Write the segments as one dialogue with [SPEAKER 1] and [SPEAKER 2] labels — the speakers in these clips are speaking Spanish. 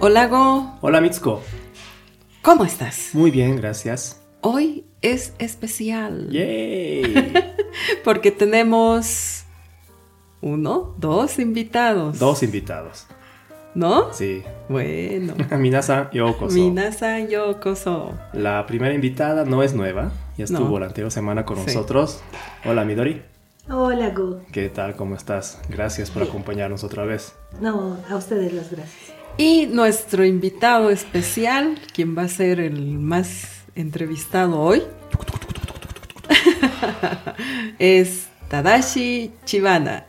[SPEAKER 1] Hola Go,
[SPEAKER 2] Hola Mitsuko.
[SPEAKER 1] ¿cómo estás?
[SPEAKER 2] Muy bien, gracias.
[SPEAKER 1] Hoy es especial
[SPEAKER 2] ¡Yay!
[SPEAKER 1] porque tenemos uno, dos invitados.
[SPEAKER 2] Dos invitados.
[SPEAKER 1] ¿No?
[SPEAKER 2] Sí.
[SPEAKER 1] Bueno.
[SPEAKER 2] Minasan Yokoso.
[SPEAKER 1] Minasan Yokoso.
[SPEAKER 2] La primera invitada no es nueva. Ya estuvo
[SPEAKER 1] No.
[SPEAKER 2] la anterior semana con
[SPEAKER 1] Sí.
[SPEAKER 2] nosotros. Hola Midori.
[SPEAKER 3] Hola, Go.
[SPEAKER 2] ¿Qué tal? ¿Cómo estás? Gracias por acompañarnos otra vez.
[SPEAKER 3] No, a ustedes las gracias.
[SPEAKER 1] Y nuestro invitado especial, quien va a ser el más entrevistado hoy, es Tadashi Chibana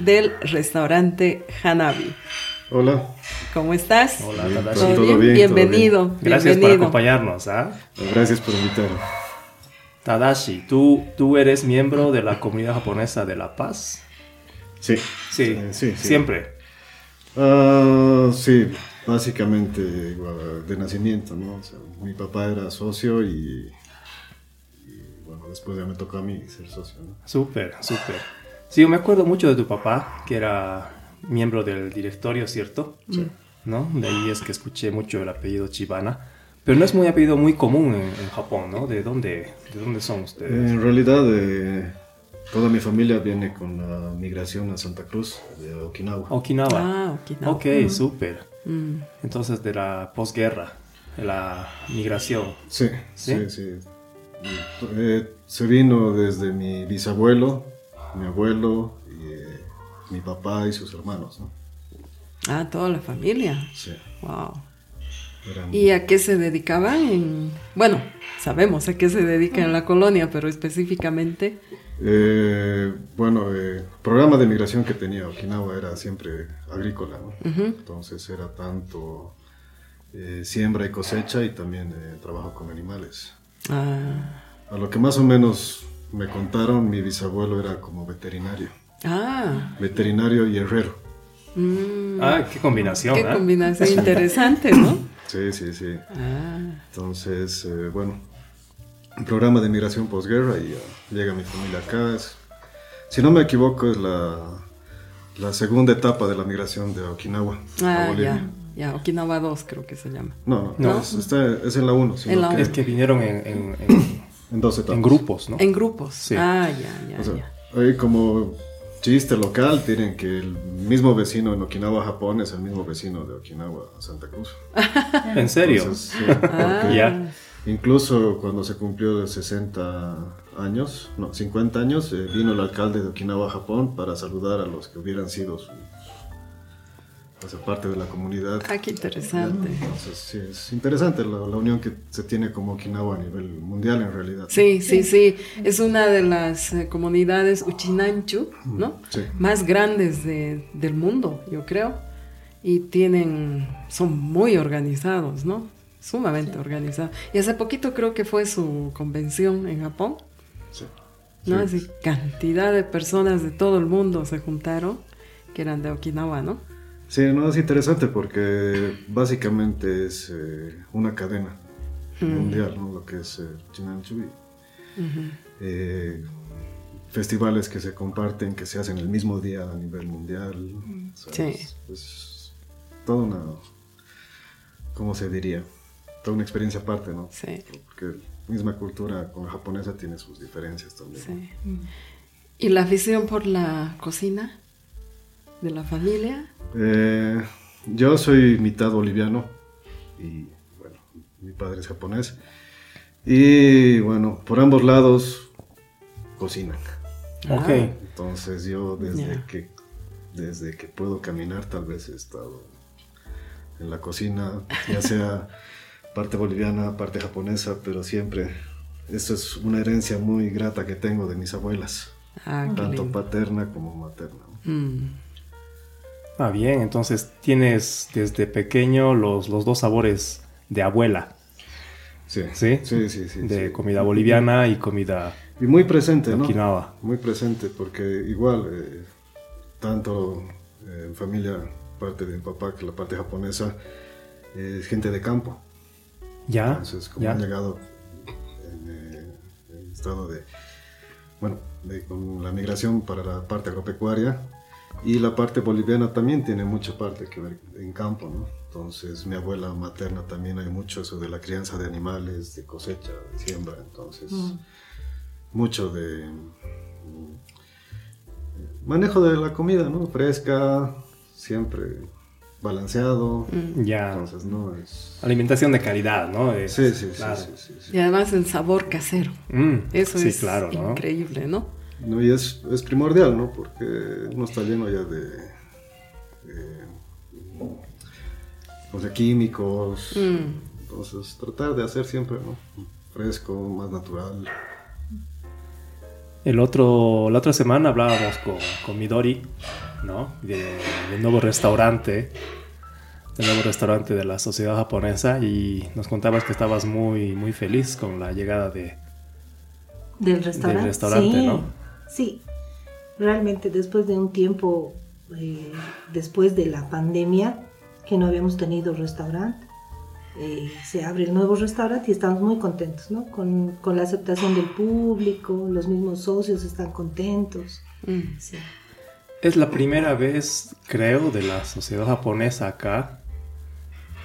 [SPEAKER 1] del restaurante Hanabi.
[SPEAKER 4] Hola,
[SPEAKER 1] ¿Cómo estás?
[SPEAKER 2] Hola
[SPEAKER 4] Bien,
[SPEAKER 2] Tadashi.
[SPEAKER 4] todo
[SPEAKER 1] ¿Todo bien?
[SPEAKER 4] bien, todo bien.
[SPEAKER 1] bienvenido.
[SPEAKER 2] Gracias por
[SPEAKER 1] bienvenido.
[SPEAKER 2] acompañarnos. ¿ah?
[SPEAKER 4] gracias por invitarme.
[SPEAKER 2] Tadashi, ¿tú, tú eres miembro de la comunidad japonesa de La Paz.
[SPEAKER 4] Sí,
[SPEAKER 2] Sí,
[SPEAKER 4] Eh, sí, sí.
[SPEAKER 2] siempre.
[SPEAKER 4] Ah, sí, básicamente igual, de nacimiento, ¿no? O sea, mi papá era socio y, y, bueno, después ya me tocó a mí ser socio, ¿no?
[SPEAKER 2] Súper, súper. Sí, yo me acuerdo mucho de tu papá, que era miembro del directorio, ¿cierto? Sí. ¿No? De ahí es que escuché mucho el apellido Chibana. Pero no es muy apellido muy común en, en Japón, ¿no? ¿De dónde, de dónde son ustedes?
[SPEAKER 4] En realidad, eh, toda mi familia viene con la migración a Santa Cruz de Okinawa.
[SPEAKER 2] Okinawa.
[SPEAKER 1] Ah, Okinawa.
[SPEAKER 2] ok, súper.
[SPEAKER 1] Mm.
[SPEAKER 2] Entonces, de la posguerra, de la migración.
[SPEAKER 4] Sí,
[SPEAKER 2] ¿Sí?
[SPEAKER 4] sí, sí. Eh, se vino desde mi bisabuelo, mi abuelo, y, eh, mi papá y sus hermanos, ¿no?
[SPEAKER 1] Ah, toda la familia.
[SPEAKER 4] Sí.
[SPEAKER 1] Wow.
[SPEAKER 4] Eran-
[SPEAKER 1] ¿Y a qué se dedicaban? en- Bueno, sabemos a qué se dedica en la colonia, pero específicamente.
[SPEAKER 4] Eh, bueno, el programa de migración que tenía Okinawa era siempre agrícola, ¿no? Entonces era tanto eh, siembra y cosecha y también eh, trabajo con animales.
[SPEAKER 1] Ah,
[SPEAKER 4] A lo que más o menos me contaron, mi bisabuelo era como veterinario,
[SPEAKER 1] ah
[SPEAKER 4] veterinario y herrero.
[SPEAKER 1] mm,
[SPEAKER 2] Ah, qué combinación,
[SPEAKER 1] qué
[SPEAKER 2] ¿eh?
[SPEAKER 1] combinación interesante, ¿no?
[SPEAKER 4] Sí, sí, sí.
[SPEAKER 1] Ah,
[SPEAKER 4] Entonces, eh, bueno, un programa de migración posguerra y eh, llega mi familia acá. Es- si no me equivoco, es la, la segunda etapa de la migración de Okinawa a
[SPEAKER 1] ah,
[SPEAKER 4] Bolivia.
[SPEAKER 1] ya, ya, Okinawa 2 creo que se llama.
[SPEAKER 4] No, no,
[SPEAKER 2] No.
[SPEAKER 4] Es, está- es en la 1,
[SPEAKER 1] En la
[SPEAKER 2] Es que vinieron en, en- en-
[SPEAKER 4] en dos etapas.
[SPEAKER 2] en grupos, ¿no?
[SPEAKER 1] En grupos.
[SPEAKER 2] Sí.
[SPEAKER 1] Ah, ya, ya,
[SPEAKER 4] O sea,
[SPEAKER 1] ya.
[SPEAKER 4] hay como chiste local, tienen que el mismo vecino en Okinawa, Japón, es el mismo vecino de Okinawa, Santa Cruz.
[SPEAKER 2] ¿En serio?
[SPEAKER 4] Entonces, sí,
[SPEAKER 1] Ah.
[SPEAKER 4] porque-
[SPEAKER 2] Ya.
[SPEAKER 4] Incluso cuando se cumplió de 60 años, no, 50 años, eh, vino el alcalde de Okinawa, Japón, para saludar a los que hubieran sido sus- o sea, parte de la comunidad.
[SPEAKER 1] Ah, qué interesante.
[SPEAKER 4] Entonces, sí, es interesante la, la unión que se tiene como Okinawa a nivel mundial en realidad.
[SPEAKER 1] Sí, sí, sí. Es una de las eh, comunidades Uchinanchu, ¿no?
[SPEAKER 4] Mm, Sí.
[SPEAKER 1] Más grandes de- del mundo, yo creo. Y tienen, son muy organizados, ¿no? Sumamente organizados. Y hace poquito creo que fue su convención en Japón,
[SPEAKER 4] Sí.
[SPEAKER 1] ¿no?
[SPEAKER 4] Sí.
[SPEAKER 1] Así, cantidad de personas de todo el mundo se juntaron, que eran de Okinawa, ¿no?
[SPEAKER 4] Sí, no, es interesante porque básicamente es eh, una cadena
[SPEAKER 1] Mm.
[SPEAKER 4] mundial, ¿no? Lo que es eh, Chinanchu y, eh, festivales que se comparten, que se hacen el mismo día a nivel mundial. o sea,
[SPEAKER 1] Mm. Sí.
[SPEAKER 4] Es, es toda una, ¿cómo se diría? Toda una experiencia aparte, ¿no?
[SPEAKER 1] Sí.
[SPEAKER 4] Porque misma cultura con la japonesa tiene sus diferencias también. ¿no?
[SPEAKER 1] Sí. ¿Y la afición por la cocina de la familia?
[SPEAKER 4] Eh, yo soy mitad boliviano y bueno, mi padre es japonés. Y bueno, por ambos lados cocinan.
[SPEAKER 2] Ok.
[SPEAKER 1] Ah.
[SPEAKER 4] Entonces yo desde
[SPEAKER 1] Ya.
[SPEAKER 4] que desde que puedo caminar tal vez he estado en la cocina, ya sea parte boliviana, parte japonesa, pero siempre eso es una herencia muy grata que tengo de mis abuelas,
[SPEAKER 1] Ah, qué
[SPEAKER 4] tanto
[SPEAKER 1] lindo.
[SPEAKER 4] paterna como materna. ¿no?
[SPEAKER 1] Mm.
[SPEAKER 2] Ah, bien, entonces tienes desde pequeño los, los dos sabores de abuela,
[SPEAKER 4] Sí,
[SPEAKER 2] ¿sí?
[SPEAKER 4] sí, sí, sí,
[SPEAKER 2] de
[SPEAKER 4] sí.
[SPEAKER 2] comida boliviana y comida
[SPEAKER 4] Y muy presente, ¿no?
[SPEAKER 2] Okinawa.
[SPEAKER 4] Muy presente, porque igual, eh, tanto eh, en familia, parte de mi papá, que la parte japonesa, eh, es gente de campo.
[SPEAKER 2] ¿Ya?
[SPEAKER 4] Entonces, como
[SPEAKER 2] Ah, ¿Ya?
[SPEAKER 4] han llegado en, eh, en estado de, bueno, de- con la migración para la parte agropecuaria, Y la parte boliviana también tiene mucha parte que ver en campo, ¿no? Entonces, mi abuela materna también hay mucho eso de la crianza de animales, de cosecha, de siembra, entonces,
[SPEAKER 3] Mm.
[SPEAKER 4] mucho de mm, manejo de la comida, ¿no? Fresca, siempre balanceado.
[SPEAKER 2] Mm. Ya.
[SPEAKER 4] Entonces, no es.
[SPEAKER 2] Alimentación de calidad, ¿no? Es-
[SPEAKER 4] Sí, sí, sí,
[SPEAKER 2] claro.
[SPEAKER 4] sí, sí, sí.
[SPEAKER 1] Y además el sabor casero.
[SPEAKER 2] Mm,
[SPEAKER 1] Eso
[SPEAKER 2] sí,
[SPEAKER 1] es
[SPEAKER 2] claro, ¿no?
[SPEAKER 1] increíble, ¿no?
[SPEAKER 4] No, y es, es primordial, ¿no? Porque uno está lleno ya de. eh, pues, de químicos.
[SPEAKER 1] Mm.
[SPEAKER 4] Entonces, tratar de hacer siempre, ¿no? Fresco, más natural.
[SPEAKER 2] El otro, la otra semana hablábamos con, con Midori, ¿no? De- del nuevo restaurante, del nuevo restaurante de la sociedad japonesa y nos contabas que estabas muy, muy feliz con la llegada de...
[SPEAKER 3] Del restaurante.
[SPEAKER 2] Del restaurante,
[SPEAKER 3] sí.
[SPEAKER 2] ¿no?
[SPEAKER 3] Sí. Realmente después de un tiempo, eh, después de la pandemia, que no habíamos tenido restaurante, eh, se abre el nuevo restaurante y estamos muy contentos, ¿no? Con, con la aceptación del público, los mismos socios están contentos.
[SPEAKER 1] Mm.
[SPEAKER 3] Sí.
[SPEAKER 2] Es la primera vez, creo, de la sociedad japonesa acá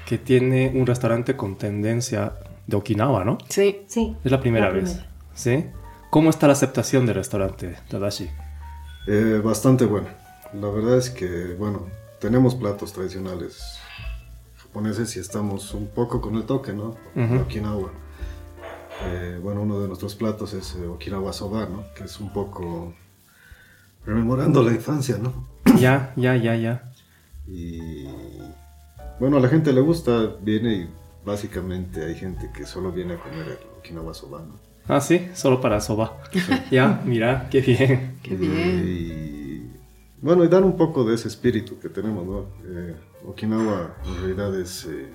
[SPEAKER 2] que tiene un restaurante con tendencia de Okinawa, ¿no?
[SPEAKER 1] Sí,
[SPEAKER 3] Sí.
[SPEAKER 2] Es la primera
[SPEAKER 3] La
[SPEAKER 2] vez,
[SPEAKER 3] primera.
[SPEAKER 2] ¿sí? ¿Cómo está la aceptación del restaurante, Tadashi?
[SPEAKER 4] Eh, bastante buena. La verdad es que, bueno, tenemos platos tradicionales japoneses y estamos un poco con el toque, ¿no?
[SPEAKER 2] Ujú.
[SPEAKER 4] Okinawa. Eh, bueno, uno de nuestros platos es eh, Okinawa Soba, ¿no? Que es un poco rememorando la infancia, ¿no?
[SPEAKER 2] Ya, ya, ya, ya.
[SPEAKER 4] Y bueno, a la gente le gusta, viene y básicamente hay gente que solo viene a comer el Okinawa Soba, ¿no?
[SPEAKER 2] Ah, sí, solo para soba. Ya, mira, qué bien.
[SPEAKER 1] qué bien.
[SPEAKER 4] Y bueno, y dar un poco de ese espíritu que tenemos, ¿no? Eh, Okinawa en realidad es eh,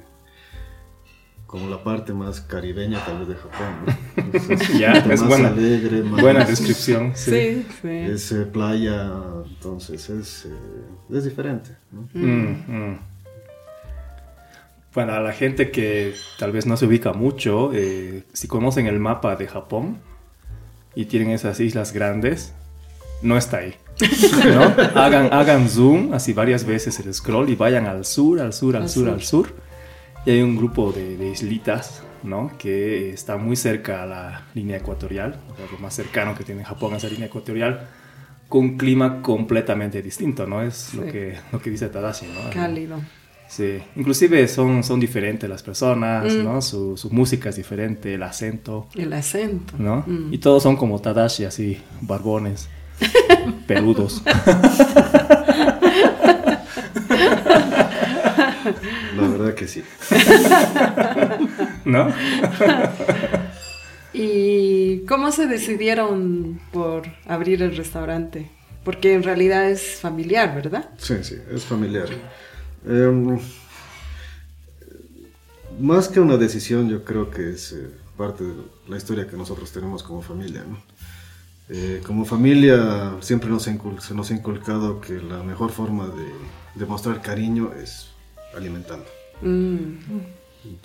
[SPEAKER 4] como la parte más caribeña tal vez de Japón, ¿no? Entonces,
[SPEAKER 2] Ya,
[SPEAKER 4] está
[SPEAKER 2] es
[SPEAKER 4] más
[SPEAKER 2] buena-
[SPEAKER 4] alegre, más-
[SPEAKER 2] Buena descripción, sí.
[SPEAKER 1] Sí, sí.
[SPEAKER 4] Es eh, playa, entonces es, eh, es diferente, ¿no?
[SPEAKER 2] Mm, mm. Bueno, a la gente que tal vez no se ubica mucho, eh, si conocen el mapa de Japón y tienen esas islas grandes, no está ahí. ¿no? Hagan, hagan zoom, así varias veces el scroll y vayan al sur, al sur, al,
[SPEAKER 1] Al
[SPEAKER 2] sur,
[SPEAKER 1] sur.
[SPEAKER 2] al sur. Y hay un grupo de, de islitas, ¿no? Que está muy cerca a la línea ecuatorial, o sea, lo más cercano que tiene Japón a esa línea ecuatorial, con un clima completamente distinto, ¿no? Es lo,
[SPEAKER 1] Sí.
[SPEAKER 2] que, lo que dice Tadashi, ¿no?
[SPEAKER 1] Cálido.
[SPEAKER 2] Sí, inclusive son, son diferentes las personas,
[SPEAKER 1] Mm.
[SPEAKER 2] ¿no? Su, su música es diferente, el acento,
[SPEAKER 1] El acento.
[SPEAKER 2] ¿no?
[SPEAKER 1] Mm.
[SPEAKER 2] Y todos son como Tadashi, así, barbones, peludos.
[SPEAKER 4] La verdad que sí.
[SPEAKER 2] ¿No?
[SPEAKER 1] ¿Y cómo se decidieron por abrir el restaurante? Porque en realidad es familiar, ¿verdad?
[SPEAKER 4] Sí, sí, es familiar. Em, más que una decisión, yo creo que es eh, parte de la historia que nosotros tenemos como familia. ¿no? Eh, como familia siempre nos ha incul- se nos ha inculcado que la mejor forma de, de mostrar cariño es alimentando.
[SPEAKER 1] Mm,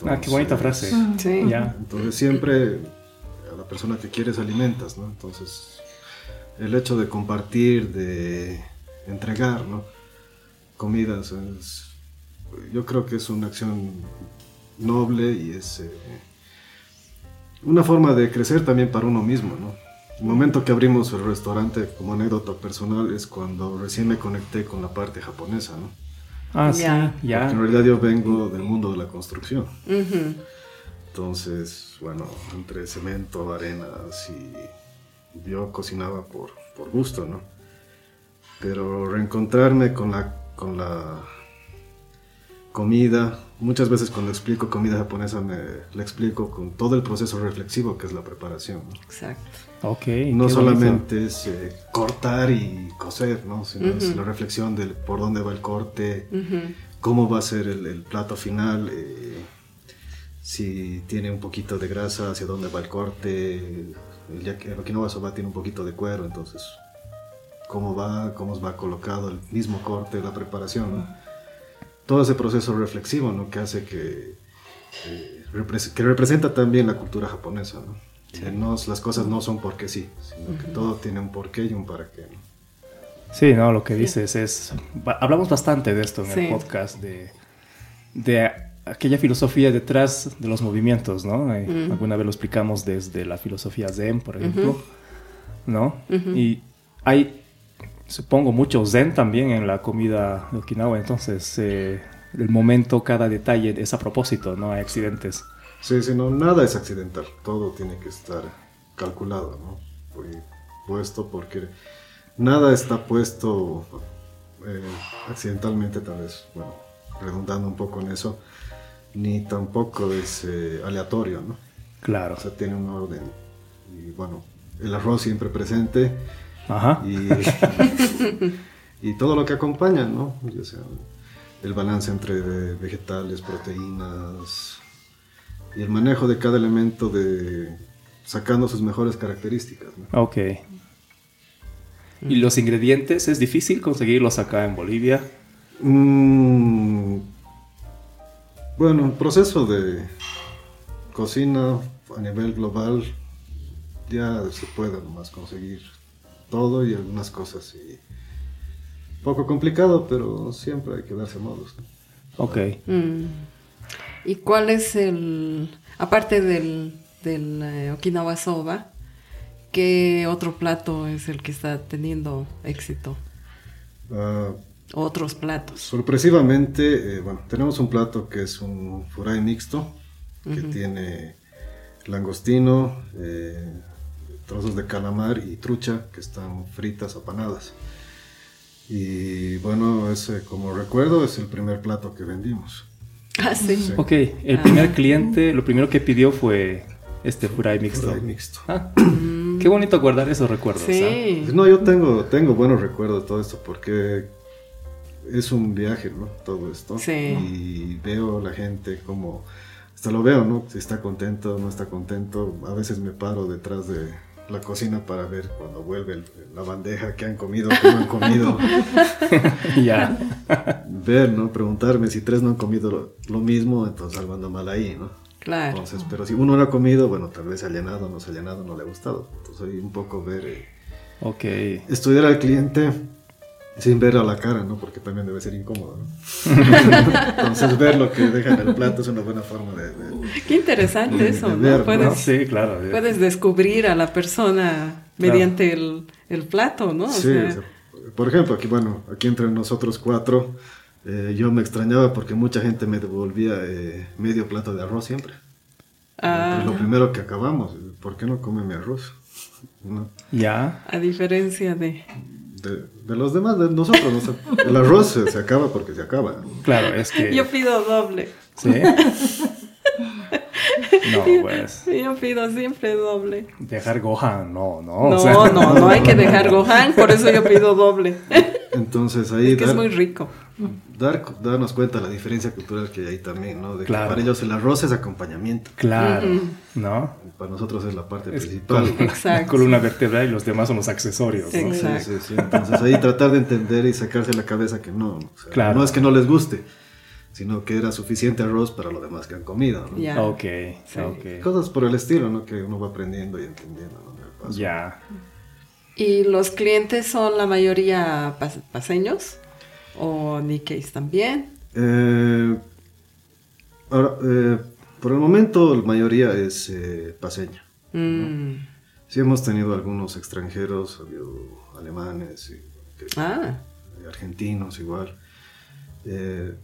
[SPEAKER 2] ah, qué bonita
[SPEAKER 4] Entonces,
[SPEAKER 2] frase.
[SPEAKER 1] sí.
[SPEAKER 2] Ya.
[SPEAKER 4] entonces siempre a la persona que quieres alimentas, ¿no? Entonces el hecho de compartir, de entregar, ¿no? Comidas, es- yo creo que es una acción noble y es eh, una forma de crecer también para uno mismo, ¿no? El momento que abrimos el restaurante como anécdota personal es cuando recién me conecté con la parte japonesa, ¿no?
[SPEAKER 2] Ah, sí,
[SPEAKER 1] Ya.
[SPEAKER 4] Porque en
[SPEAKER 2] ya.
[SPEAKER 4] realidad yo vengo del mundo de la construcción.
[SPEAKER 1] Ujú.
[SPEAKER 4] Entonces, bueno, entre cemento, arenas y yo cocinaba por, por gusto, ¿no? Pero reencontrarme con la, con la comida, muchas veces cuando explico comida japonesa me la explico con todo el proceso reflexivo que es la preparación. ¿no?
[SPEAKER 1] Exacto.
[SPEAKER 2] Ok.
[SPEAKER 4] Y no
[SPEAKER 2] qué bonito.
[SPEAKER 4] solamente es eh, cortar y coser, ¿no? Sino es la reflexión del por dónde va el corte,
[SPEAKER 1] Ujú.
[SPEAKER 4] cómo va a ser el, el plato final, eh, si tiene un poquito de grasa, hacia dónde va el corte, el ya que el Okinawa soba tiene un poquito de cuero, entonces cómo va, cómo va colocado el mismo corte, la preparación, ¿no? todo ese proceso reflexivo, ¿no? Que hace que eh, repres- que representa también la cultura japonesa, ¿no? Que no- las cosas no son porque sí, sino que todo tiene un porqué y un para qué. ¿no?
[SPEAKER 2] Sí, no, lo que dices es, ba- hablamos bastante de esto en
[SPEAKER 1] Sí.
[SPEAKER 2] el podcast, de, de aquella filosofía detrás de los movimientos, ¿no? Eh, Alguna vez lo explicamos desde la filosofía Zen, por ejemplo, ¿no? Y hay, supongo, mucho Zen también en la comida de Okinawa, entonces eh, el momento, cada detalle es a propósito, no hay accidentes.
[SPEAKER 4] Sí, sí, no, nada es accidental. Todo tiene que estar calculado, ¿no? Y puesto porque nada está puesto eh, accidentalmente, tal vez, bueno, redundando un poco en eso, ni tampoco es eh, aleatorio, ¿no?
[SPEAKER 2] Claro.
[SPEAKER 4] O sea, tiene un orden. Y bueno, el arroz siempre presente
[SPEAKER 2] Ajá.
[SPEAKER 4] y, y todo lo que acompaña, ¿no? Ya sea el balance entre de- vegetales, proteínas y el manejo de cada elemento de sacando sus mejores características, ¿no?
[SPEAKER 2] Ok. ¿Y los ingredientes? ¿Es difícil conseguirlos acá en Bolivia?
[SPEAKER 4] Mm, bueno, el proceso de cocina a nivel global ya se puede nomás conseguir todo y algunas cosas y poco complicado, pero siempre hay que darse modos. ¿no?
[SPEAKER 2] Ok.
[SPEAKER 1] Mm. ¿Y cuál es el, aparte del, del eh, Okinawa Soba, qué otro plato es el que está teniendo éxito?
[SPEAKER 4] Ah,
[SPEAKER 1] Otros platos.
[SPEAKER 4] sorpresivamente, eh, bueno, tenemos un plato que es un furai mixto, que tiene langostino, eh, trozos de calamar y trucha que están fritas, apanadas. Y bueno, ese, como recuerdo, es el primer plato que vendimos.
[SPEAKER 1] Ah, sí.
[SPEAKER 2] Ok, el
[SPEAKER 1] Ah.
[SPEAKER 2] primer cliente, lo primero que pidió fue este Furai mixto.
[SPEAKER 4] Furai mixto.
[SPEAKER 2] Ah, qué bonito guardar esos recuerdos. ¿ah?
[SPEAKER 1] Sí.
[SPEAKER 4] Pues No, yo tengo, tengo buenos recuerdos de todo esto porque es un viaje, ¿no? Todo esto.
[SPEAKER 1] Sí.
[SPEAKER 4] Y veo la gente como, hasta lo veo, ¿no? Si está contento no está contento. A veces me paro detrás de la cocina para ver cuando vuelve el- la bandeja, qué han comido, qué no han comido.
[SPEAKER 2] ¿ah? ya.
[SPEAKER 4] ver, ¿no? Preguntarme si tres no han comido lo, lo mismo, entonces algo anda mal ahí, ¿no?
[SPEAKER 1] Claro.
[SPEAKER 4] Entonces, pero si uno lo ha comido, bueno, tal vez se ha llenado, no se ha llenado, no le ha gustado. Entonces, ahí un poco ver... eh,
[SPEAKER 2] Ok.
[SPEAKER 4] estudiar al cliente sin ver a la cara, ¿no? Porque también debe ser incómodo, ¿no? Entonces ver lo que dejan en el plato es una buena forma de... de-
[SPEAKER 1] Qué interesante
[SPEAKER 4] De-
[SPEAKER 1] eso,
[SPEAKER 4] Mm, de
[SPEAKER 1] ¿no?
[SPEAKER 4] ver, ¿no?
[SPEAKER 1] puedes,
[SPEAKER 2] No, sí, claro. eh.
[SPEAKER 1] puedes descubrir a la persona mediante el, el plato, ¿no? O
[SPEAKER 4] sí,
[SPEAKER 1] sea,
[SPEAKER 4] o sea, por ejemplo, aquí, bueno, aquí entre nosotros cuatro, eh, yo me extrañaba porque mucha gente me devolvía eh, medio plato de arroz siempre.
[SPEAKER 1] ah,
[SPEAKER 4] Entonces, lo primero que acabamos, ¿por qué no come mi arroz? ¿No?
[SPEAKER 2] Ya.
[SPEAKER 1] a diferencia de...
[SPEAKER 4] De, de los demás, de nosotros, no sé. el arroz se, se acaba porque se acaba. ¿no?
[SPEAKER 2] Claro, es que.
[SPEAKER 1] Yo pido doble.
[SPEAKER 2] Sí. No, pues.
[SPEAKER 1] Yo pido siempre doble.
[SPEAKER 2] Dejar Gohan, no,
[SPEAKER 4] Oh,
[SPEAKER 2] no. o
[SPEAKER 1] No,
[SPEAKER 2] sea,
[SPEAKER 1] no, no hay que dejar Gohan, por eso yo pido doble.
[SPEAKER 4] Entonces ahí...
[SPEAKER 1] Es que es
[SPEAKER 4] dar-
[SPEAKER 1] muy rico.
[SPEAKER 4] dar, darnos cuenta de la diferencia cultural que hay también, ¿no? De que
[SPEAKER 2] Claro.
[SPEAKER 4] para ellos el arroz es acompañamiento,
[SPEAKER 2] Claro, ¿no?
[SPEAKER 4] para nosotros es la parte
[SPEAKER 2] Es
[SPEAKER 4] principal.
[SPEAKER 2] como la
[SPEAKER 1] Exacto.
[SPEAKER 2] columna vertebral y los demás son los accesorios, ¿no?
[SPEAKER 4] Sí,
[SPEAKER 1] Exacto.
[SPEAKER 4] sí, sí. Entonces ahí tratar de entender y sacarse la cabeza que no, o sea,
[SPEAKER 2] Claro.
[SPEAKER 4] no es que no les guste, sino que era suficiente arroz para lo demás que han comido, ¿no?
[SPEAKER 1] Ya.
[SPEAKER 2] Ok, ok.
[SPEAKER 4] Cosas por el estilo, ¿no? Que uno va aprendiendo y entendiendo, ¿no? En el paso.
[SPEAKER 2] Ya.
[SPEAKER 1] ¿Y los clientes son la mayoría pas- paseños? ¿O Nikkeis también?
[SPEAKER 4] Eh, ahora, eh, por el momento la mayoría es eh, paseña.
[SPEAKER 1] Mm.
[SPEAKER 4] Sí hemos tenido algunos extranjeros, ha habido alemanes y que-
[SPEAKER 1] Ah,
[SPEAKER 4] eh, argentinos igual. Eh,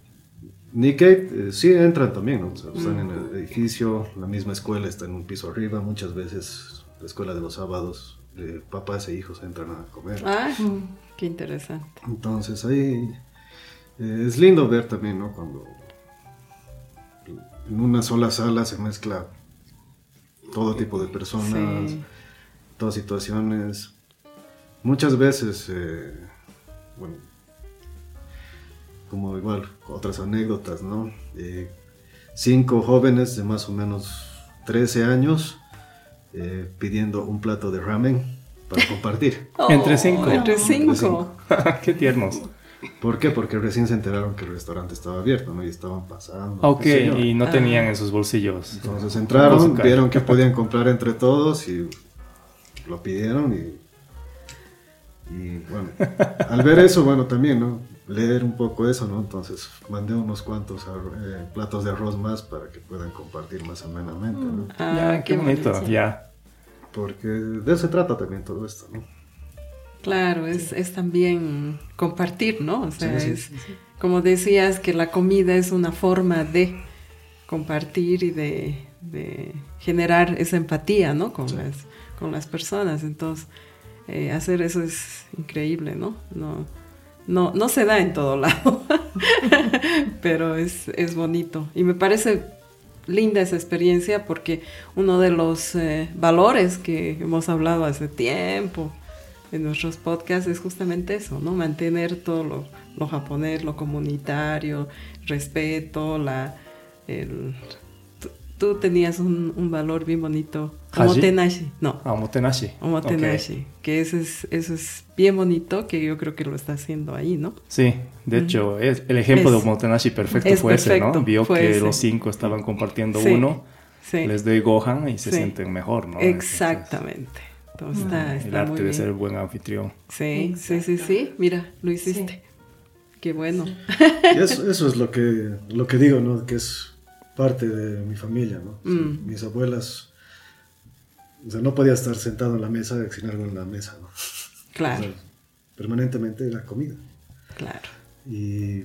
[SPEAKER 4] Nikkei, eh, sí entran también, ¿no? O sea, están en el edificio, la misma escuela está en un piso arriba, muchas veces la escuela de los sábados, eh, papás e hijos entran a comer.
[SPEAKER 1] ah, qué interesante.
[SPEAKER 4] Entonces ahí eh, es lindo ver también, ¿no? Cuando en una sola sala se mezcla todo tipo de personas,
[SPEAKER 1] Sí.
[SPEAKER 4] todas situaciones. Muchas veces, eh, bueno, como igual otras anécdotas, ¿no? Eh, cinco jóvenes de más o menos 13 años eh, pidiendo un plato de ramen para compartir.
[SPEAKER 2] Entre cinco.
[SPEAKER 1] Oh, Entre
[SPEAKER 4] Entre
[SPEAKER 1] cinco.
[SPEAKER 4] cinco.
[SPEAKER 2] Qué tiernos.
[SPEAKER 4] ¿Por qué? Porque recién se enteraron que el restaurante estaba abierto, ¿no? Y estaban pasando. qué
[SPEAKER 2] Ok,
[SPEAKER 4] sé yo.
[SPEAKER 2] y
[SPEAKER 1] Ah.
[SPEAKER 2] no tenían en sus bolsillos.
[SPEAKER 4] Entonces
[SPEAKER 2] Por
[SPEAKER 4] entraron,
[SPEAKER 2] su cara.
[SPEAKER 4] vieron que podían comprar entre todos y lo pidieron y Y bueno, al ver eso, bueno, también, ¿no? Leer un poco eso, ¿no? Entonces mandé unos cuantos eh, platos de arroz más para que puedan compartir más amenamente, ¿no?
[SPEAKER 1] Ah,
[SPEAKER 2] ya, qué, bonito, ya.
[SPEAKER 4] Porque de eso se trata también todo esto, ¿no?
[SPEAKER 1] Claro, es, es también compartir, ¿no? O sea,
[SPEAKER 4] Sí, sí,
[SPEAKER 1] es como decías que la comida es una forma de compartir y de, de generar esa empatía, ¿no? Con,
[SPEAKER 4] Sí.
[SPEAKER 1] las, con las personas. Entonces, eh, hacer eso es increíble, ¿no? No, no, no se da en todo lado, pero es, es bonito. Y me parece linda esa experiencia porque uno de los eh, valores que hemos hablado hace tiempo en nuestros podcasts es justamente eso, ¿no? Mantener todo lo, lo japonés, lo comunitario, respeto, la... el- tú- Tú tenías un, un valor bien bonito.
[SPEAKER 2] ¿Haji?
[SPEAKER 1] Omotenashi. No.
[SPEAKER 2] Ah, omotenashi.
[SPEAKER 1] Omotenashi,
[SPEAKER 2] Ok.
[SPEAKER 1] que eso es, eso es bien bonito, que yo creo que lo está haciendo ahí, ¿no?
[SPEAKER 2] Sí, de hecho, es- el ejemplo
[SPEAKER 1] Es-
[SPEAKER 2] de omotenashi perfecto
[SPEAKER 1] es
[SPEAKER 2] fue ese,
[SPEAKER 1] perfecto,
[SPEAKER 2] ¿no? Vio
[SPEAKER 1] fue
[SPEAKER 2] que
[SPEAKER 1] ese.
[SPEAKER 2] los cinco estaban compartiendo
[SPEAKER 1] Sí,
[SPEAKER 2] uno,
[SPEAKER 1] Sí,
[SPEAKER 2] les doy Gohan y se
[SPEAKER 1] Sí.
[SPEAKER 2] sienten mejor, ¿no?
[SPEAKER 1] exactamente. Entonces, está,
[SPEAKER 2] Entonces, el
[SPEAKER 1] está
[SPEAKER 2] arte
[SPEAKER 1] muy
[SPEAKER 2] de
[SPEAKER 1] bien.
[SPEAKER 2] ser buen anfitrión.
[SPEAKER 1] Sí, sí, sí, sí, mira, lo hiciste. Qué bueno.
[SPEAKER 4] Y eso, eso es lo que, lo que digo, ¿no? Que es parte de mi familia, ¿no? O sea,
[SPEAKER 1] Mm.
[SPEAKER 4] Mis abuelas, o sea, no podía estar sentado en la mesa sin algo en la mesa, ¿no? O
[SPEAKER 1] Claro,
[SPEAKER 4] sea, Pues, permanentemente la comida.
[SPEAKER 1] claro.
[SPEAKER 4] Y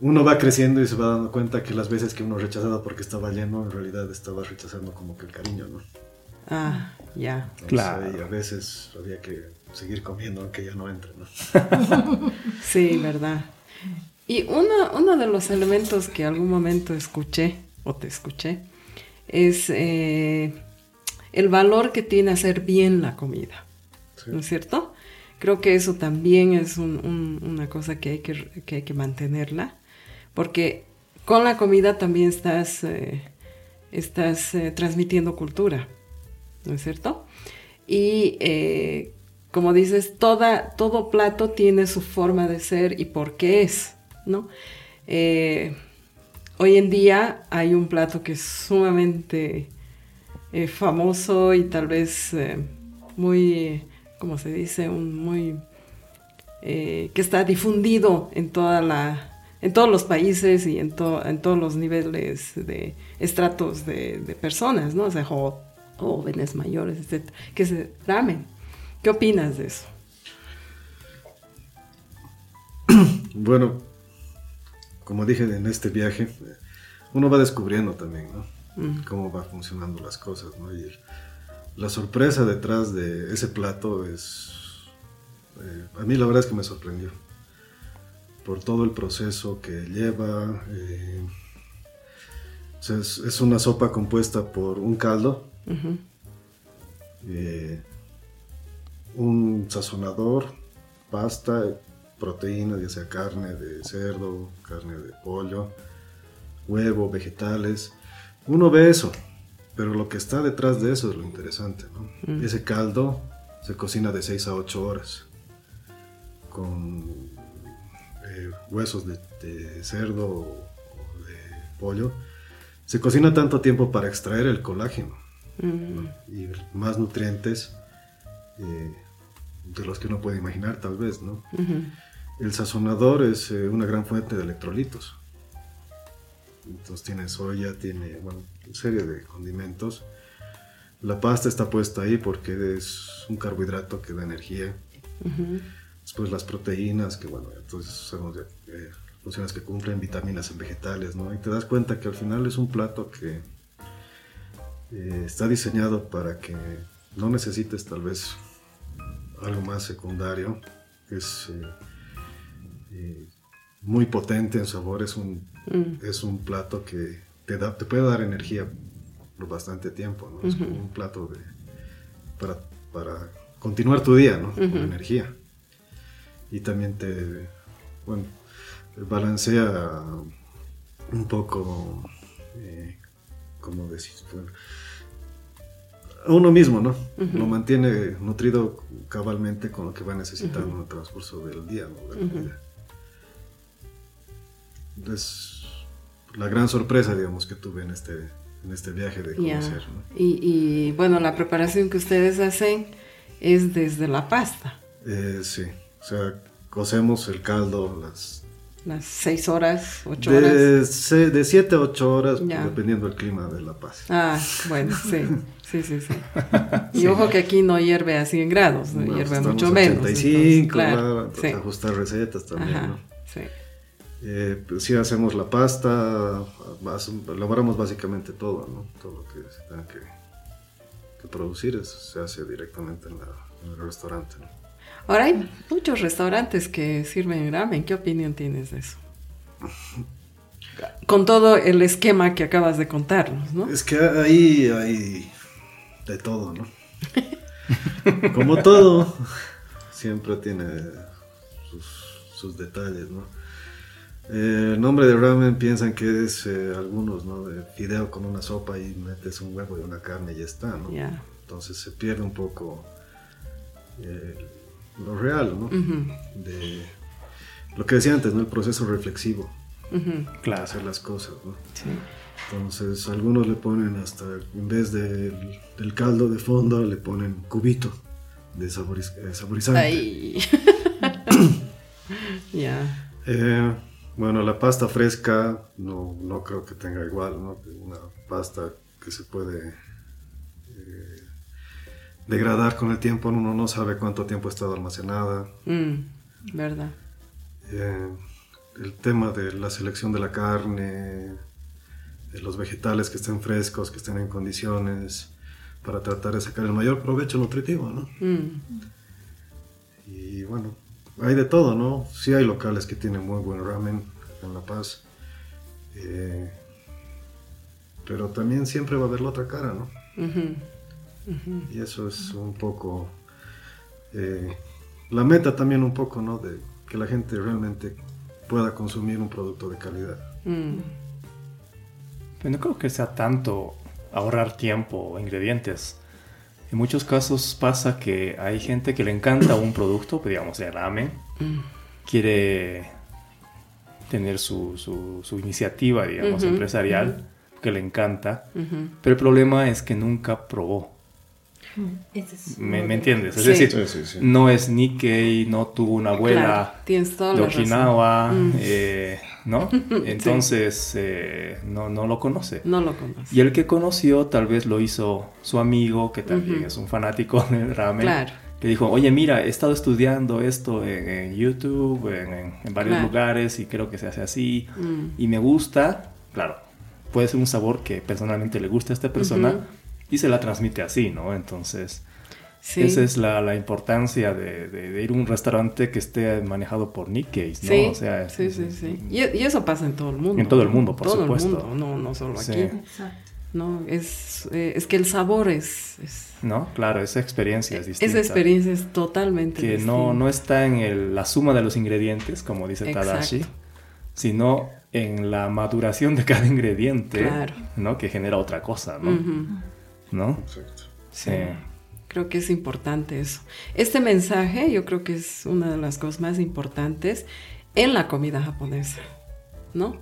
[SPEAKER 4] uno va creciendo y se va dando cuenta que las veces que uno rechazaba porque estaba lleno, en realidad estaba rechazando como que el cariño, ¿no?
[SPEAKER 1] Ah, ya.
[SPEAKER 4] Entonces,
[SPEAKER 2] Claro.
[SPEAKER 4] Y a veces había que seguir comiendo aunque ya no entre, ¿no?
[SPEAKER 1] Sí, verdad. Y uno, uno de los elementos que algún momento escuché o te escuché es eh, el valor que tiene hacer bien la comida,
[SPEAKER 4] Sí.
[SPEAKER 1] ¿no es cierto? Creo que eso también es un- un- una cosa que hay que, que hay que mantenerla, porque con la comida también estás, eh, estás eh, transmitiendo cultura. ¿no es cierto? Y eh, como dices, toda, todo plato tiene su forma de ser y por qué es, ¿no? Eh, hoy en día hay un plato que es sumamente eh, famoso y tal vez eh, muy, como se dice? Un muy eh, que está difundido en toda la en todos los países y en, to- en todos los niveles de estratos de, de personas, ¿no? O sea, jo- jóvenes, mayores, etcétera, que se ramen. ¿Qué opinas de eso?
[SPEAKER 4] Bueno, como dije en este viaje, eh, uno va descubriendo también, ¿no? Cómo va funcionando las cosas, ¿no? Y el- la sorpresa detrás de ese plato es... eh, a mí la verdad es que me sorprendió. Por todo el proceso que lleva. eh, o sea, es, es una sopa compuesta por un caldo,
[SPEAKER 1] Ujú,
[SPEAKER 4] eh, un sazonador, pasta, proteínas, ya sea carne de cerdo, carne de pollo, huevo, vegetales. Uno ve eso, pero lo que está detrás de eso es lo interesante. ¿no? Ese caldo se cocina de 6 a 8 horas con eh, huesos de, de cerdo o o de pollo. Se cocina tanto tiempo para extraer el colágeno
[SPEAKER 1] mm,
[SPEAKER 4] y más nutrientes eh, de los que uno puede imaginar tal vez, ¿no?
[SPEAKER 1] ujú,
[SPEAKER 4] El sazonador es eh, una gran fuente de electrolitos. Entonces tiene soya, tiene, bueno, una serie de condimentos. La pasta está puesta ahí porque es un carbohidrato que da energía.
[SPEAKER 1] ujú.
[SPEAKER 4] Después las proteínas, que bueno, entonces sabemos de, eh, funciones que cumplen, vitaminas en vegetales, ¿no? Y te das cuenta que al final es un plato que eh, está diseñado para que no necesites tal vez algo más secundario, que es eh, eh, muy potente en sabor, es un,
[SPEAKER 1] Mm.
[SPEAKER 4] es un plato que te, da, te puede dar energía por bastante tiempo, ¿no? Es como un plato de, para, para continuar tu día, ¿no? Con energía y también te bueno balancea un poco eh, como decir bueno, a uno mismo no lo mantiene nutrido cabalmente con lo que va necesitando en el transcurso del día ¿no? de la vida. es la gran sorpresa digamos que tuve en este en este viaje de
[SPEAKER 1] Ya.
[SPEAKER 4] conocer ¿no?
[SPEAKER 1] y, y, bueno, la preparación que ustedes hacen es desde la pasta.
[SPEAKER 4] Eh, sí, o sea, cocemos el caldo las
[SPEAKER 1] Las seis horas, ocho horas.
[SPEAKER 4] de, se- de 7 a 8 horas,
[SPEAKER 1] Ya.
[SPEAKER 4] dependiendo del clima de La Paz.
[SPEAKER 1] Ah, bueno, sí, sí, sí, sí. Y ojo que aquí no hierve a 100 grados, no,
[SPEAKER 4] Bueno,
[SPEAKER 1] hierve
[SPEAKER 4] estamos
[SPEAKER 1] pues, mucho menos. entonces,
[SPEAKER 4] 85,
[SPEAKER 1] claro,
[SPEAKER 4] claro,
[SPEAKER 1] sí,
[SPEAKER 4] ajustar recetas también,
[SPEAKER 1] ajá,
[SPEAKER 4] ¿no?
[SPEAKER 1] sí.
[SPEAKER 4] Eh, pues sí hacemos la pasta, hace- elaboramos básicamente todo, ¿no? Todo lo que se tenga que, que producir es- se hace directamente en, la- en el restaurante, ¿no?
[SPEAKER 1] Ahora hay muchos restaurantes que sirven ramen. ¿Qué opinión tienes de eso? Con todo el esquema que acabas de contarnos, ¿no?
[SPEAKER 4] Es que ahí hay de todo, ¿no? Como todo, siempre tiene sus, sus detalles, ¿no? Eh, el nombre de ramen piensan que es eh, algunos, ¿no? De fideo con una sopa y metes un huevo y una carne y ya está, ¿no?
[SPEAKER 1] Ya.
[SPEAKER 4] Entonces se pierde un poco eh, lo real, ¿no?
[SPEAKER 1] Ujú,
[SPEAKER 4] De lo que decía antes, ¿no? El proceso reflexivo
[SPEAKER 1] ujú,
[SPEAKER 4] de
[SPEAKER 2] Claro.
[SPEAKER 4] hacer las cosas, ¿no?
[SPEAKER 1] sí.
[SPEAKER 4] Entonces, algunos le ponen hasta, en vez del, del caldo de fondo, le ponen cubito de saboriz- eh, saborizante.
[SPEAKER 1] Ahí. ya.
[SPEAKER 4] Eh, bueno, la pasta fresca no, no creo que tenga igual, ¿no? Una pasta que se puede eh, degradar con el tiempo, uno no sabe cuánto tiempo ha estado almacenada.
[SPEAKER 1] Mm, ¿Verdad?
[SPEAKER 4] Eh, el tema de la selección de la carne, de los vegetales que estén frescos, que estén en condiciones para tratar de sacar el mayor provecho nutritivo, ¿no?
[SPEAKER 1] Mm,
[SPEAKER 4] Y bueno, hay de todo, ¿no? Sí hay locales que tienen muy buen ramen en La Paz, eh, pero también siempre va a haber la otra cara, ¿no?
[SPEAKER 1] ujú, ujú.
[SPEAKER 4] Y eso es un poco eh, la meta también un poco, ¿no? De que la gente realmente pueda consumir un producto de calidad.
[SPEAKER 1] Mm,
[SPEAKER 2] Pero no creo que sea tanto ahorrar tiempo o ingredientes. En muchos casos pasa que hay gente que le encanta un producto, pues, digamos el ramen,
[SPEAKER 1] mm,
[SPEAKER 2] quiere tener su, su- su iniciativa, digamos,
[SPEAKER 1] Ujú,
[SPEAKER 2] empresarial, que le encanta,
[SPEAKER 1] ujú.
[SPEAKER 2] pero el problema es que nunca probó.
[SPEAKER 3] Ese es
[SPEAKER 2] ¿Me,
[SPEAKER 3] uno
[SPEAKER 2] me
[SPEAKER 3] de-
[SPEAKER 2] entiendes? Es
[SPEAKER 1] Sí.
[SPEAKER 2] decir,
[SPEAKER 4] Sí, sí, sí.
[SPEAKER 2] no es Nikkei, no tuvo una abuela.
[SPEAKER 1] Claro, tienes toda
[SPEAKER 2] de
[SPEAKER 1] la razón.
[SPEAKER 2] Okinawa,
[SPEAKER 1] Mm.
[SPEAKER 2] eh, ¿no? Entonces eh, no, no lo conoce.
[SPEAKER 1] No lo conozco.
[SPEAKER 2] Y el que conoció tal vez lo hizo su amigo, que también
[SPEAKER 1] Ujú.
[SPEAKER 2] es un fanático del ramen,
[SPEAKER 1] Claro.
[SPEAKER 2] que dijo, oye, mira, he estado estudiando esto en, en YouTube, en, en- en varios
[SPEAKER 1] Claro.
[SPEAKER 2] lugares y creo que se hace así
[SPEAKER 1] Mm,
[SPEAKER 2] y me gusta. Claro, puede ser un sabor que personalmente le gusta a esta persona
[SPEAKER 1] Ujú.
[SPEAKER 2] y se la transmite así, ¿no? Entonces...
[SPEAKER 1] sí.
[SPEAKER 2] Esa es la, la importancia de, de- de ir a un restaurante que esté manejado por Nikkeis, ¿no?
[SPEAKER 1] Sí,
[SPEAKER 2] O sea,
[SPEAKER 1] sí,
[SPEAKER 2] es-
[SPEAKER 1] sí, sí. Y, y eso pasa en todo el mundo.
[SPEAKER 2] En todo el mundo, por
[SPEAKER 1] Todo
[SPEAKER 2] supuesto.
[SPEAKER 1] el mundo, no, no solo
[SPEAKER 2] Sí.
[SPEAKER 1] aquí.
[SPEAKER 3] Exacto.
[SPEAKER 1] No, es, eh, es que el sabor es... es
[SPEAKER 2] ¿No? Claro, esa experiencia es distinta.
[SPEAKER 1] esa experiencia es totalmente
[SPEAKER 2] Que no, no está en el- la suma de los ingredientes, como dice
[SPEAKER 1] Exacto.
[SPEAKER 2] Tadashi, sino en la maduración de cada ingrediente,
[SPEAKER 1] Claro.
[SPEAKER 2] ¿no? Que genera otra cosa, ¿no?
[SPEAKER 1] Ujú.
[SPEAKER 2] ¿No?
[SPEAKER 4] Exacto.
[SPEAKER 2] Sí.
[SPEAKER 1] Creo que es importante eso. Este mensaje yo creo que es una de las cosas más importantes en la comida japonesa, ¿no?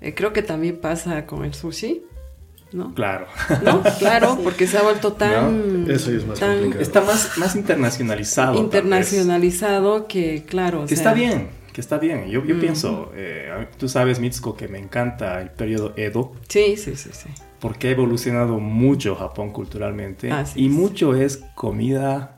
[SPEAKER 1] Eh, creo que también pasa con el sushi, ¿no?
[SPEAKER 2] Claro.
[SPEAKER 1] ¿No? Claro, porque se ha vuelto tan...
[SPEAKER 4] No, eso ya es más
[SPEAKER 1] tan
[SPEAKER 4] complicado.
[SPEAKER 2] Está más, más internacionalizado. tal vez.
[SPEAKER 1] internacionalizado que, claro... o
[SPEAKER 2] Que
[SPEAKER 1] sea,
[SPEAKER 2] está bien, que está bien. Yo, yo
[SPEAKER 1] Mm.
[SPEAKER 2] pienso, eh, a- tú sabes, Mitsuko, que me encanta el periodo Edo,
[SPEAKER 1] Sí, sí, sí, sí.
[SPEAKER 2] porque ha evolucionado mucho Japón culturalmente.
[SPEAKER 1] Así
[SPEAKER 2] y
[SPEAKER 1] es.
[SPEAKER 2] mucho es comida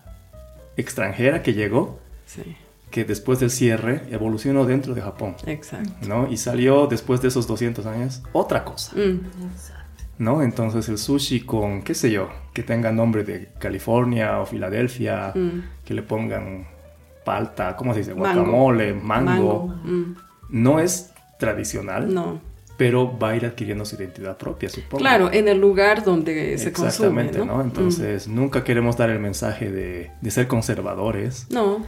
[SPEAKER 2] extranjera que llegó,
[SPEAKER 1] Sí,
[SPEAKER 2] que después del cierre evolucionó dentro de Japón,
[SPEAKER 1] exacto.
[SPEAKER 2] ¿no? Y salió después de esos 200 años otra cosa,
[SPEAKER 1] Mm,
[SPEAKER 3] Exacto.
[SPEAKER 2] ¿no? Entonces el sushi con, qué sé yo, que tenga nombre de California o Filadelfia,
[SPEAKER 1] mm.
[SPEAKER 2] que le pongan palta, ¿cómo se dice?
[SPEAKER 1] Mango.
[SPEAKER 2] Guacamole, mango. ¿Eh?
[SPEAKER 1] Mm,
[SPEAKER 2] no es tradicional,
[SPEAKER 1] no.
[SPEAKER 2] pero va a ir adquiriendo su identidad propia, supongo.
[SPEAKER 1] Claro, en el lugar donde se consume,
[SPEAKER 2] Exactamente,
[SPEAKER 1] ¿no? Mm.
[SPEAKER 2] ¿no? Entonces, nunca queremos dar el mensaje de, de ser conservadores,
[SPEAKER 1] Mm. No,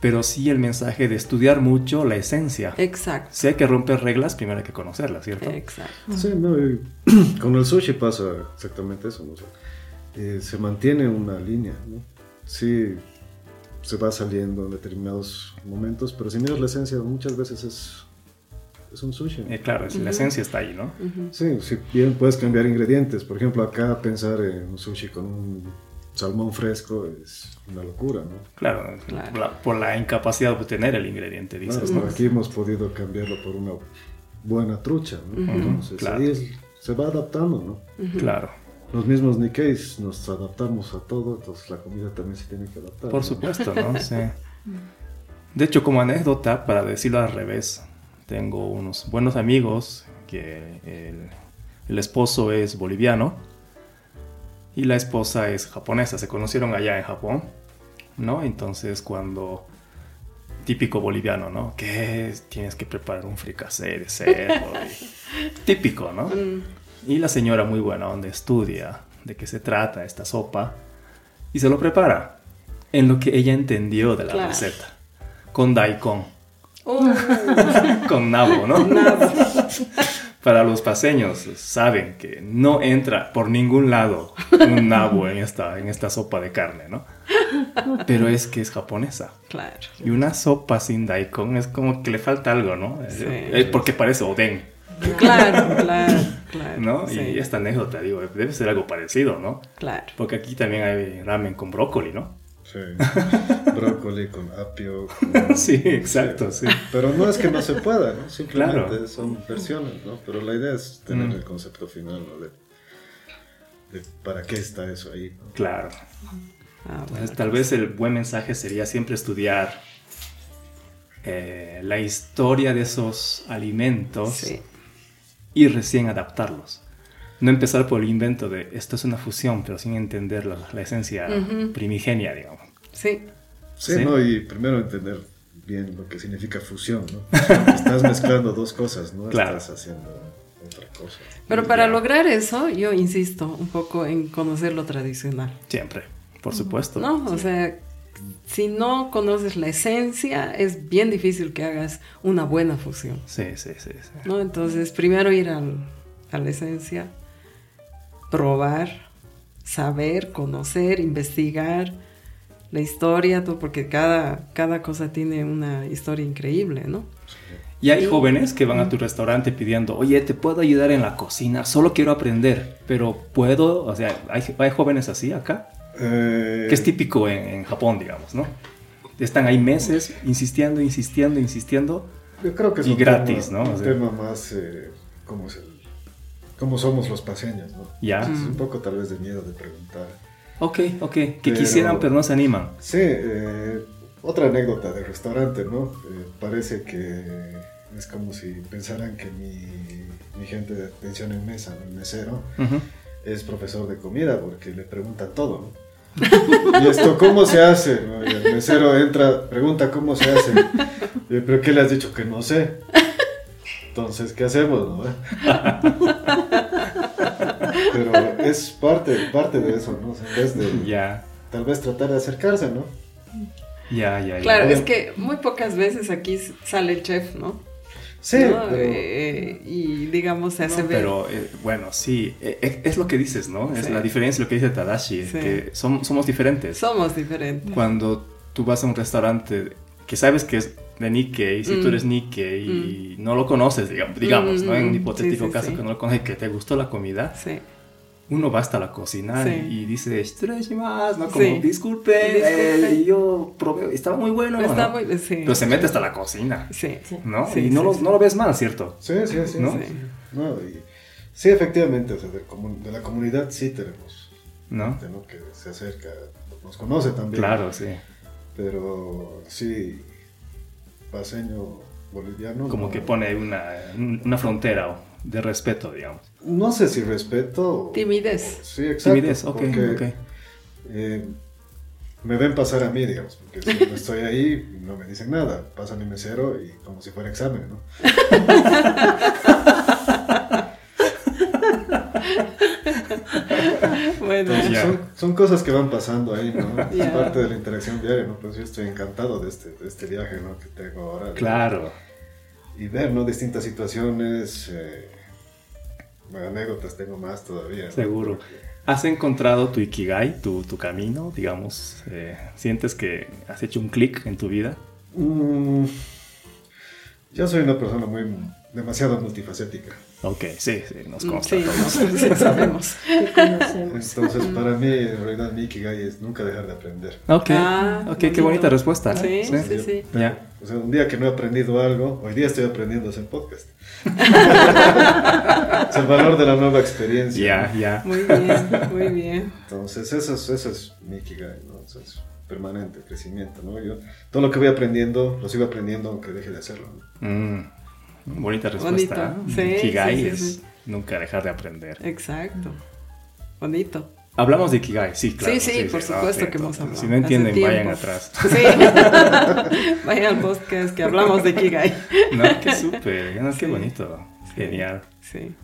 [SPEAKER 2] pero sí el mensaje de estudiar mucho la esencia.
[SPEAKER 1] exacto.
[SPEAKER 2] Si hay que romper reglas, primero hay que conocerlas, ¿cierto?
[SPEAKER 1] Exacto.
[SPEAKER 4] Sí, no, y con el sushi pasa exactamente eso, ¿no? O sea, eh, se mantiene una línea, ¿no? Sí, se va saliendo en determinados momentos, pero si miras la esencia, muchas veces es, es un sushi. ¿no?
[SPEAKER 2] Eh, claro, es- la
[SPEAKER 1] Ujú.
[SPEAKER 2] esencia está ahí, ¿no?
[SPEAKER 1] Ujú.
[SPEAKER 4] Sí, si bien puedes cambiar ingredientes, por ejemplo, acá pensar en un sushi con un salmón fresco es una locura, ¿no?
[SPEAKER 2] Claro,
[SPEAKER 1] Claro.
[SPEAKER 2] por la- por la incapacidad de obtener el ingrediente,
[SPEAKER 4] Claro,
[SPEAKER 2] dices,
[SPEAKER 4] pero aquí hemos podido cambiarlo por una buena trucha, ¿no? Entonces
[SPEAKER 2] claro.
[SPEAKER 4] ahí es- se va adaptando, ¿no?
[SPEAKER 2] ¿no? Claro,
[SPEAKER 4] Los mismos Nikkeis nos adaptamos a todo, entonces la comida también se tiene que adaptar.
[SPEAKER 2] por
[SPEAKER 4] ¿no?
[SPEAKER 2] supuesto, ¿no? Sí. De hecho, como anécdota, para decirlo al revés, tengo unos buenos amigos que el, el esposo es boliviano y la esposa es japonesa, se conocieron allá en Japón, ¿no? Entonces cuando... Típico boliviano, ¿no? Que es- tienes que preparar un fricasé de cerdo. y- Típico, ¿no? Y la señora muy buena donde estudia de qué se trata esta sopa y se lo prepara en lo que ella entendió de la
[SPEAKER 1] Claro.
[SPEAKER 2] receta. Con daikon,
[SPEAKER 1] Uh,
[SPEAKER 2] con nabo, ¿no?
[SPEAKER 1] nada.
[SPEAKER 2] Para los paseños pues, saben que no entra por ningún lado un nabo en esta, en esta sopa de carne, ¿no? Pero es que es japonesa.
[SPEAKER 1] Claro.
[SPEAKER 2] Y una sopa sin daikon es como que le falta algo, ¿no?
[SPEAKER 1] Sí.
[SPEAKER 2] Es porque parece oden.
[SPEAKER 1] Claro, claro, claro.
[SPEAKER 2] ¿no?
[SPEAKER 1] Eh, sí,
[SPEAKER 2] Y esta anécdota, digo, debe ser algo parecido, ¿no?
[SPEAKER 1] Claro.
[SPEAKER 2] Porque aquí también hay ramen con brócoli, ¿no?
[SPEAKER 4] Sí. Brócoli con apio. con- este,
[SPEAKER 2] Sí, exacto, sí.
[SPEAKER 4] Pero no es que no se pueda, ¿no? Simplemente
[SPEAKER 2] Claro.
[SPEAKER 4] son versiones, ¿no? Pero la idea es tener
[SPEAKER 2] Mm.
[SPEAKER 4] el concepto final, ¿no? De, de para qué está eso ahí, ¿no?
[SPEAKER 2] Claro.
[SPEAKER 1] Ah, bueno.
[SPEAKER 2] Entonces, tal vez el buen mensaje sería siempre estudiar eh, la historia de esos alimentos
[SPEAKER 1] Sí,
[SPEAKER 2] y recién adaptarlos. No empezar por el invento de esto es una fusión, pero sin entender la, la esencia primigenia, digamos.
[SPEAKER 1] sí,
[SPEAKER 4] Sí,
[SPEAKER 2] Sí.
[SPEAKER 4] ¿no? Y primero entender bien lo que significa fusión, ¿no? Estás mezclando dos cosas, ¿no?
[SPEAKER 2] Claro.
[SPEAKER 4] Estás haciendo otra cosa.
[SPEAKER 1] Pero para lograr eso, yo insisto un poco en conocer lo tradicional,
[SPEAKER 2] Siempre, por supuesto.
[SPEAKER 1] ¿no? pues. O sea, si no conoces la esencia, es bien difícil que hagas una buena fusión,
[SPEAKER 2] Sí, sí, sí. sí.
[SPEAKER 1] ¿no? Entonces, primero ir al- a la esencia, probar, saber, conocer, investigar la historia, todo, porque cada, cada cosa tiene una historia increíble, ¿no?
[SPEAKER 2] Y hay jóvenes que van a tu restaurante pidiendo, oye, te puedo ayudar en la cocina, solo quiero aprender, pero puedo, o sea, hay, hay jóvenes así acá,
[SPEAKER 4] Eh,
[SPEAKER 2] que es típico en, en Japón, digamos, ¿no? Están ahí meses insistiendo, insistiendo, insistiendo.
[SPEAKER 4] yo creo que es
[SPEAKER 2] y
[SPEAKER 4] un
[SPEAKER 2] gratis,
[SPEAKER 4] tema,
[SPEAKER 2] ¿no?
[SPEAKER 4] un
[SPEAKER 2] O sea.
[SPEAKER 4] tema más eh, como es el- como somos los paseños, ¿no?
[SPEAKER 2] Ya.
[SPEAKER 4] Es un poco tal vez de miedo de preguntar.
[SPEAKER 2] Ok, ok, que
[SPEAKER 4] Pero-
[SPEAKER 2] quisieran pero no se animan.
[SPEAKER 4] Sí, eh, otra anécdota del restaurante, ¿no? Eh, parece que es como si pensaran que mi, mi gente de atención en mesa, ¿no? el mesero,
[SPEAKER 2] Ujú.
[SPEAKER 4] es profesor de comida porque le preguntan todo, ¿no? ¿Y esto cómo se hace? ¿no? Y el mesero entra, pregunta cómo se hace. Y, ¿Pero qué le has dicho? Que no sé. Entonces, ¿qué hacemos? no? Pero es parte, parte de eso, ¿no? O sea, en vez de
[SPEAKER 2] Ya,
[SPEAKER 4] tal vez tratar de acercarse, ¿no?
[SPEAKER 2] ya, ya. ya.
[SPEAKER 1] Claro,
[SPEAKER 4] Oye.
[SPEAKER 1] es que muy pocas veces aquí sale el chef, ¿no?
[SPEAKER 4] Sí,
[SPEAKER 1] ¿no?
[SPEAKER 4] pero-
[SPEAKER 1] Eh, y digamos se hace ver.
[SPEAKER 2] Pero eh, bueno, sí, eh, eh, es lo que dices, ¿no? Es
[SPEAKER 1] Sí.
[SPEAKER 2] la diferencia, lo que dice Tadashi, es
[SPEAKER 1] Sí.
[SPEAKER 2] que som- somos diferentes.
[SPEAKER 1] Somos diferentes.
[SPEAKER 2] cuando tú vas a un restaurante que sabes que es de Nikkei, si
[SPEAKER 1] Mm.
[SPEAKER 2] tú eres Nikkei y no lo conoces, digamos, digamos ¿no? En
[SPEAKER 1] mm,
[SPEAKER 2] un
[SPEAKER 1] sí,
[SPEAKER 2] hipotético
[SPEAKER 1] sí,
[SPEAKER 2] caso
[SPEAKER 1] sí.
[SPEAKER 2] que no lo conoces, que te gustó la comida,
[SPEAKER 1] Sí.
[SPEAKER 2] uno va hasta la cocina
[SPEAKER 1] Sí.
[SPEAKER 2] y dice, más, ¿no? Como,
[SPEAKER 1] Sí.
[SPEAKER 2] disculpe,
[SPEAKER 1] Disculpe.
[SPEAKER 2] eh, yo probé, estaba muy bueno,
[SPEAKER 1] Está
[SPEAKER 2] ¿no?
[SPEAKER 1] muy. Sí.
[SPEAKER 2] Pero se mete hasta la cocina,
[SPEAKER 1] Sí.
[SPEAKER 3] Sí.
[SPEAKER 2] ¿no?
[SPEAKER 1] Sí,
[SPEAKER 2] y no,
[SPEAKER 1] sí,
[SPEAKER 2] lo,
[SPEAKER 1] sí.
[SPEAKER 2] no lo ves mal, ¿cierto?
[SPEAKER 4] Sí, sí, sí.
[SPEAKER 2] ¿No?
[SPEAKER 4] Sí, No, y- sí, efectivamente, o sea, de, comun- de la comunidad sí tenemos
[SPEAKER 2] ¿No?
[SPEAKER 4] gente, ¿no? que se acerca, nos conoce también.
[SPEAKER 2] Claro, sí.
[SPEAKER 4] Pero sí, paseño boliviano.
[SPEAKER 2] Como
[SPEAKER 4] no-
[SPEAKER 2] que pone una, una frontera de respeto, digamos.
[SPEAKER 4] No sé si respeto. o-
[SPEAKER 1] Timidez.
[SPEAKER 4] Sí, exacto.
[SPEAKER 2] Timidez, ok,
[SPEAKER 4] porque,
[SPEAKER 2] ok.
[SPEAKER 4] eh, me ven pasar a mí, digamos, porque si no estoy ahí, no me dicen nada. Pasa mi mesero y como si fuera examen, ¿no?
[SPEAKER 1] Bueno.
[SPEAKER 4] Entonces,
[SPEAKER 2] Ya.
[SPEAKER 4] son, son cosas que van pasando ahí, ¿no? Es
[SPEAKER 1] Ya.
[SPEAKER 4] parte de la interacción diaria, ¿no? Pues yo estoy encantado de este, de este viaje, ¿no? Que tengo ahora. ¿no?
[SPEAKER 2] Claro.
[SPEAKER 4] Y ver, ¿no? Distintas situaciones, eh, anécdotas tengo más todavía. ¿no?
[SPEAKER 2] Seguro.
[SPEAKER 4] Porque-
[SPEAKER 2] ¿Has encontrado tu ikigai, tu, tu camino, digamos? eh, ¿Sientes que has hecho un clic en tu vida?
[SPEAKER 4] Mm, Yo soy una persona muy demasiado multifacética.
[SPEAKER 2] Ok, sí, sí, nos consta.
[SPEAKER 1] mm, Sí,
[SPEAKER 2] todo.
[SPEAKER 1] no, sí sabemos.
[SPEAKER 3] que conocemos.
[SPEAKER 4] Entonces, para mí, en realidad, mi Ikigai es nunca dejar de aprender.
[SPEAKER 2] Ok,
[SPEAKER 1] Ah,
[SPEAKER 2] ok, qué
[SPEAKER 1] bonito.
[SPEAKER 2] bonita respuesta. ¿eh? ¿no?
[SPEAKER 1] Sí, sí,
[SPEAKER 4] Yo
[SPEAKER 1] sí.
[SPEAKER 4] tengo-
[SPEAKER 2] Ya.
[SPEAKER 4] O sea, un día que no he aprendido algo, hoy día estoy aprendiendo a hacer podcast. es el valor de la nueva experiencia.
[SPEAKER 2] Ya, ya.
[SPEAKER 1] Muy bien, muy bien.
[SPEAKER 4] Entonces, eso es, eso es mi Ikigai, ¿no? Eso es permanente, crecimiento, ¿no? Yo, todo lo que voy aprendiendo, lo sigo aprendiendo aunque deje de hacerlo, ¿no?
[SPEAKER 2] Mm, bonita respuesta.
[SPEAKER 1] Bonito, sí,
[SPEAKER 2] ¿eh? Ikigai
[SPEAKER 1] sí, sí,
[SPEAKER 2] es
[SPEAKER 1] sí. Eh,
[SPEAKER 2] nunca dejar de aprender.
[SPEAKER 1] Exacto. Bonito.
[SPEAKER 2] Hablamos de Ikigai, sí, claro.
[SPEAKER 1] sí, sí, por
[SPEAKER 2] ah,
[SPEAKER 1] supuesto
[SPEAKER 2] sí,
[SPEAKER 1] que hemos hablado.
[SPEAKER 2] entonces, Si no
[SPEAKER 1] hace
[SPEAKER 2] entienden,
[SPEAKER 1] tiempo.
[SPEAKER 2] vayan atrás.
[SPEAKER 1] Sí. vayan al podcast que hablamos de Kigai.
[SPEAKER 2] No, qué súper, no,
[SPEAKER 1] Sí.
[SPEAKER 2] qué bonito. Genial. Ah,
[SPEAKER 1] Sí.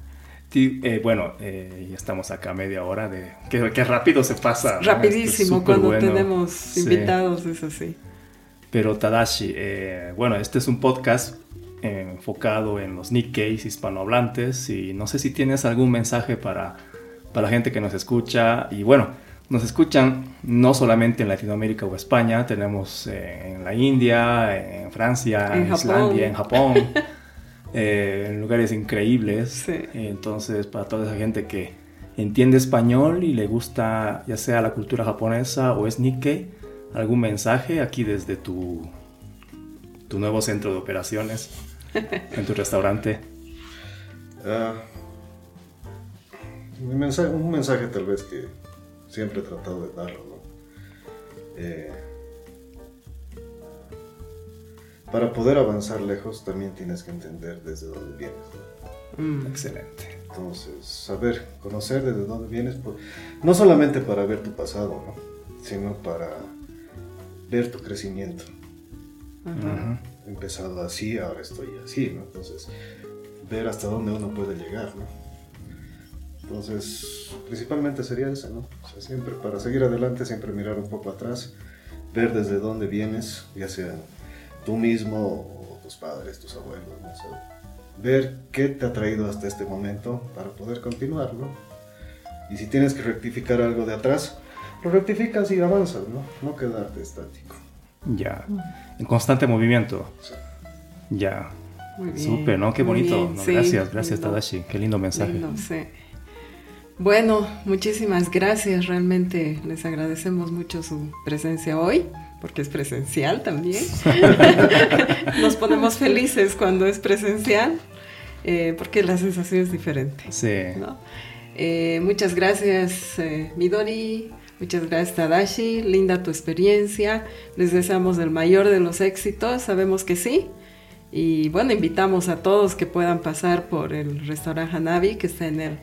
[SPEAKER 2] Ti- eh, bueno, eh, ya estamos acá a media hora de... Qué, qué rápido se pasa. ¿no? Esto es
[SPEAKER 1] Rapidísimo,
[SPEAKER 2] súper
[SPEAKER 1] cuando
[SPEAKER 2] bueno.
[SPEAKER 1] tenemos
[SPEAKER 2] Sí.
[SPEAKER 1] invitados, es así.
[SPEAKER 2] Pero Tadashi, eh, bueno, este es un podcast eh, enfocado en los Nikkeis hispanohablantes y no sé si tienes algún mensaje para, para la gente que nos escucha y bueno, nos escuchan no solamente en Latinoamérica o España, tenemos eh, en la India, en Francia,
[SPEAKER 1] En
[SPEAKER 2] en,
[SPEAKER 1] Japón.
[SPEAKER 2] Islandia, en Japón, eh, en lugares increíbles.
[SPEAKER 1] Sí.
[SPEAKER 2] Entonces, para toda esa gente que entiende español y le gusta ya sea la cultura japonesa o es Nikkei, algún mensaje aquí desde tu, tu nuevo centro de operaciones, en tu restaurante.
[SPEAKER 4] Ah, mi mensaje- un mensaje tal vez que siempre he tratado de darlo, ¿no? Eh, para poder avanzar lejos también tienes que entender desde dónde vienes. ¿no?
[SPEAKER 1] Mm,
[SPEAKER 2] Excelente.
[SPEAKER 4] Entonces, saber, conocer desde dónde vienes, por- no solamente para ver tu pasado, ¿no? sino para ver tu crecimiento.
[SPEAKER 1] ajá.
[SPEAKER 4] He empezado así, ahora estoy así, ¿no? Entonces, ver hasta dónde uno puede llegar, ¿no? Entonces, principalmente sería eso, ¿no? O sea, siempre para seguir adelante, siempre mirar un poco atrás, ver desde dónde vienes, ya sea tú mismo o tus padres, tus abuelos, ¿no? O sea, ver qué te ha traído hasta este momento para poder continuar, ¿no? Y si tienes que rectificar algo de atrás, lo rectificas y avanzas, ¿no? No quedarte estático.
[SPEAKER 2] Ya. En constante movimiento.
[SPEAKER 4] O sea,
[SPEAKER 2] Ya.
[SPEAKER 1] Muy bien,
[SPEAKER 2] Súper, ¿no? Qué
[SPEAKER 1] muy
[SPEAKER 2] bonito.
[SPEAKER 1] bien,
[SPEAKER 2] No,
[SPEAKER 1] sí,
[SPEAKER 2] gracias, gracias
[SPEAKER 1] lindo,
[SPEAKER 2] Tadashi. Qué lindo mensaje.
[SPEAKER 1] lindo, sí. Bueno, muchísimas gracias. Realmente les agradecemos mucho su presencia hoy, porque es presencial también. Nos ponemos felices cuando es presencial, eh, porque la sensación es diferente.
[SPEAKER 2] Sí.
[SPEAKER 1] ¿no? Eh, muchas gracias, eh, Midori. Muchas gracias, Tadashi. Linda tu experiencia. Les deseamos el mayor de los éxitos. Sabemos que sí. Y bueno, invitamos a todos que puedan pasar por el restaurante Hanabi, que está en el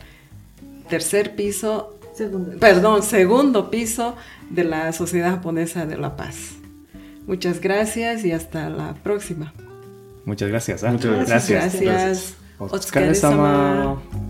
[SPEAKER 1] tercer piso,
[SPEAKER 3] Segundo.
[SPEAKER 1] perdón, segundo piso de la Sociedad Japonesa de La Paz. Muchas gracias y hasta la próxima.
[SPEAKER 2] Muchas gracias. ¿ah?
[SPEAKER 4] Muchas gracias.
[SPEAKER 1] Gracias.
[SPEAKER 2] Gracias. Otsukaresama.
[SPEAKER 1] Otsukaresama.